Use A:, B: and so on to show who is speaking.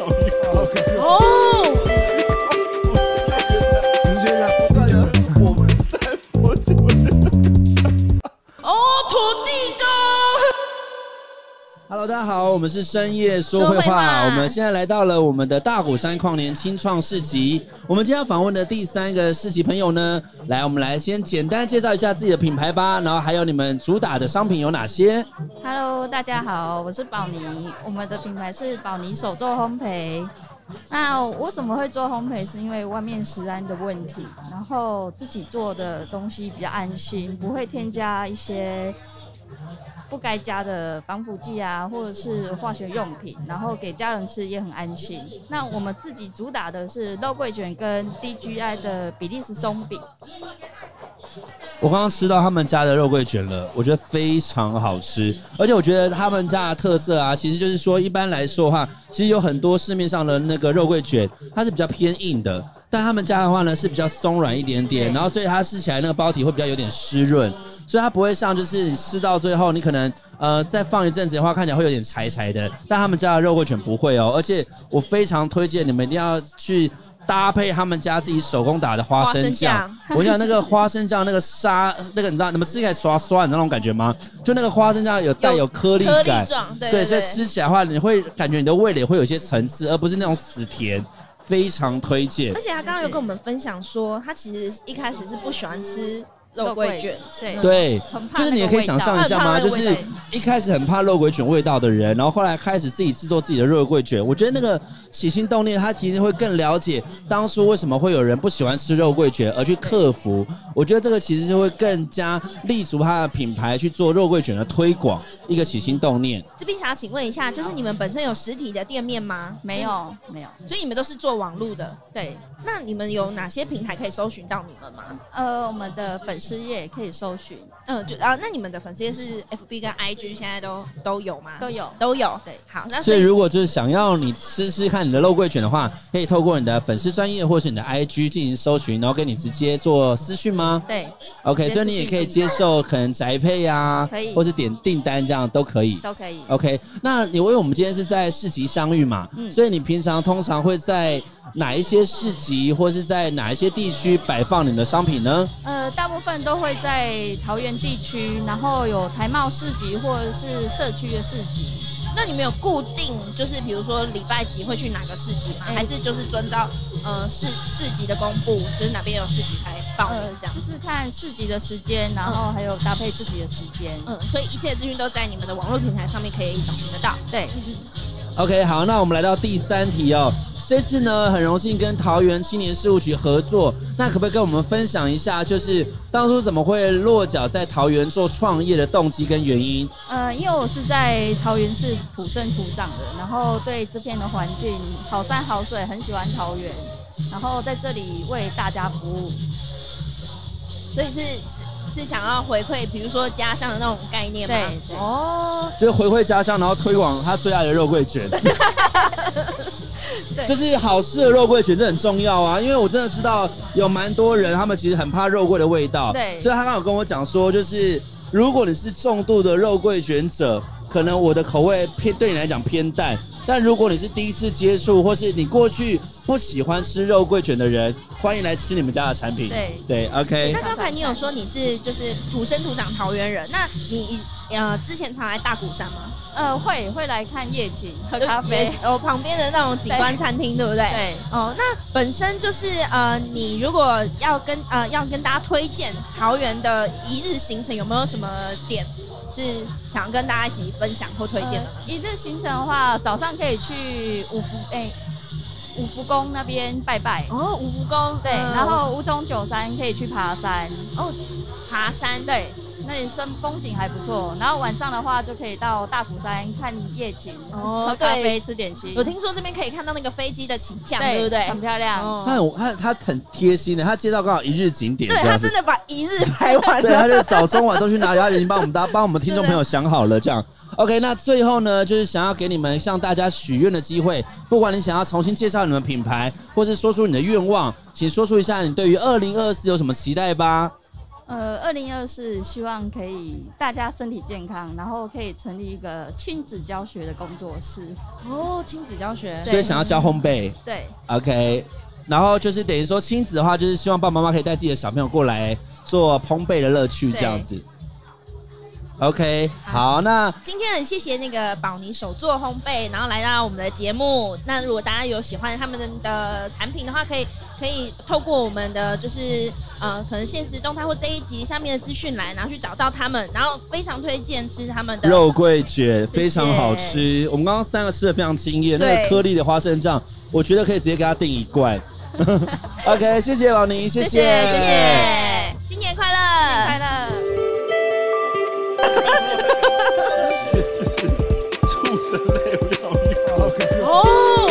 A: 要用。
B: 哦，
A: 我们在佛祖
B: 哦，土地公，
C: Hello，大家好，我们是深夜说会
B: 说会
C: 话，
B: 话
C: 我们现在来到了我们的大鼓山矿年轻创市集。我们今天要访问的第三个市集朋友呢，来，我们来先简单介绍一下自己的品牌吧，然后还有你们主打的商品有哪些？
D: Hello，大家好，我是宝妮，我们的品牌是宝妮手做烘焙。那为什么会做烘焙？是因为外面食安的问题，然后自己做的东西比较安心，不会添加一些不该加的防腐剂啊，或者是化学用品，然后给家人吃也很安心。那我们自己主打的是肉桂卷跟 DGI 的比利时松饼，
C: 我刚刚吃到他们家的肉桂卷了，我觉得非常好吃，而且我觉得他们家的特色啊，其实就是说，一般来说的话，其实有很多市面上的那个肉桂卷，它是比较偏硬的，但他们家的话呢是比较松软一点点，
D: 对
C: 然后所以它吃起来那个包体会比较有点湿润，所以它不会像就是你吃到最后，你可能呃再放一阵子的话，看起来会有点柴柴的，但他们家的肉桂卷不会哦，而且我非常推荐你们一定要去。搭配他们家自己手工打的花
B: 花
C: 生
B: 生
C: 酱
B: 酱，
C: 我想那个花生酱那个沙那个你知道你们吃起来刷刷的那种感觉吗？就那个花生酱有带有颗粒
B: 颗
C: 感
B: 粒，状，对
C: 对，
B: 对
C: 所以
B: 对，
C: 吃起来的话，你会感觉你的味蕾会有一些层次，而不是那种死甜，非常推荐
B: 而。且他刚刚有跟我们分享说，他其实一开始是不喜欢吃肉桂卷，
D: 对
C: 对，
D: 很怕
C: 就是你也可以想象一下吗？
B: 那
C: 就
B: 个味道
C: 是
B: 啊很怕那个味
C: 一开始很怕肉桂卷味道的人，然后后来开始自己制作自己的肉桂卷。我觉得那个起心动念，他其实会更了解当初为什么会有人不喜欢吃肉桂卷而去克服。我觉得这个其实是会更加立足他的品牌去做肉桂卷的推广，一个起心动念。
B: 这边想要请问一下，就是你们本身有实体的店面吗？
D: 没，有没有，
B: 所以你们都是做网络的。
D: 对，
B: 那你们有哪些平台可以搜寻到你们吗？
D: 呃，我们的粉丝页可以搜寻，
B: 嗯，就啊，那你们的粉丝页是 FB 跟 IG 现在都都有吗？
D: 都有。
B: 都有。
D: 对，
B: 好，那
C: 所
B: 啊所
C: 以，
B: 以
C: 如果就是想要你吃吃看你的肉桂卷的话，可以透过你的粉丝专业或是你的 IG 进行搜寻，然后跟你直接做私讯吗
D: 对，
C: ？OK，
D: 直接
C: 所以你也可以接受可能宅配啊，
D: 可以
C: 或是点订单这样都可以。
D: 都可以。
C: OK，那你因为我们今天是在市集相遇嘛，
D: 嗯
C: 所以你平常通常会在哪一些市集或是在哪一些地区摆放你的商品呢？
D: 呃，大部分都会在桃园地区，然后有台贸市集或者是社区的市集。
B: 那你们有固定就是比如说礼拜几会去哪个市集吗？
D: 哎
B: 还是就是遵照呃市市集的公布，就是哪边有市集才报名
D: 呃
B: 这，样
D: 就？是看市集的时间，然后还有搭配自己的时间。
B: 嗯，所以一切资讯都在你们的网络平台上面可以找寻得到。
D: 对，
C: OK，好，那我们来到第三题哦。这次呢，很荣幸跟桃园青年事务局合作，那可不可以跟我们分享一下，就是当初怎么会落脚在桃园做创业的动机跟原因？
D: 呃，因为我是在桃园市土生土长的，然后对这片的环境好山好水，很喜欢桃园，然后在这里为大家服务。
B: 所以是是是想要回馈，比如说家乡的那种概念吗？
D: 对对
B: 哦，
C: 就是回馈家乡，然后推广他最爱的肉桂卷。就是好吃的肉桂卷，这很重要啊，因为我真的知道有蛮多人，他们其实很怕肉桂的味道。
D: 对
C: 所以他刚好跟我讲说，就是如果你是重度的肉桂卷者，可能我的口味偏对你来讲偏淡，但如果你是第一次接触，或是你过去不喜欢吃肉桂卷的人，欢迎来吃你们家的产品。
D: 对
C: 对，OK
B: 那。刚才你有说你是就是土生土长桃园人，那你呃之前常来大鼓山吗？
D: 呃，会会来看夜景，喝咖
B: 也
D: 啡
B: 是。哦，旁边的那种景观餐厅，对不对？
D: 对，
B: 哦，那本身就是呃，你如果要跟呃要跟大家推荐桃园的一日行程，有没有什么点是想跟大家一起分享或推荐的吗？
D: 呃一日行程的话，早上可以去五福哎、五福宫那边拜拜，
B: 哦，五福宫
D: 对，
B: 嗯哦
D: 然后梧桐九山可以去爬山，
B: 爬山，
D: 对，那里生风景还不错。然后晚上的话就可以到大鼓山看夜景，
B: 哦
D: 喝咖
B: 对
D: 啡吃点心，
B: 有听说这边可以看到那个飞机的起降，对不对
D: 很？漂亮。
C: 他
B: 哦
C: 很他他很贴心的，他介绍刚好一日景点，
B: 对
C: 这
B: 他
C: 样子
B: 真的把一日排 完
C: 对，他
B: 了，
C: 就早中晚都去哪里，他已经帮我们大帮我们听众朋友想好了这样。OK，那最后呢，就是想要给你们向大家许愿的机会，不管你想要重新介绍你们品牌，或是说出你的愿望，请说出一下你对于二零二四有什么期待吧。
D: 呃，二零二四希望可以大家身体健康，然后可以成立一个亲子教学的工作室。
B: 哦，亲子教学，
C: 所以想要教烘焙
D: 对，
C: ，OK，然后就是等于说亲子的话，就是希望爸爸妈妈可以带自己的小朋友过来做烘焙的乐趣这样子。OK，好，那
B: 今天很谢谢那个宝妮手作烘焙，然后来到我们的节目。那如果大家有喜欢他们的产品的话，可以可以透过我们的就是呃，可能现实动态或这一集下面的资讯栏，然后去找到他们。然后非常推荐吃他们的
C: 肉桂卷非常好吃，我们刚刚三个吃的非常惊艳，那
B: 对
C: 个颗粒的花生酱，我觉得可以直接给它订一 罐。OK，谢谢老宁，谢谢，
B: 谢谢，新年快乐，
D: 快乐。
A: 就是畜生类料理。
B: 哦。
C: 哦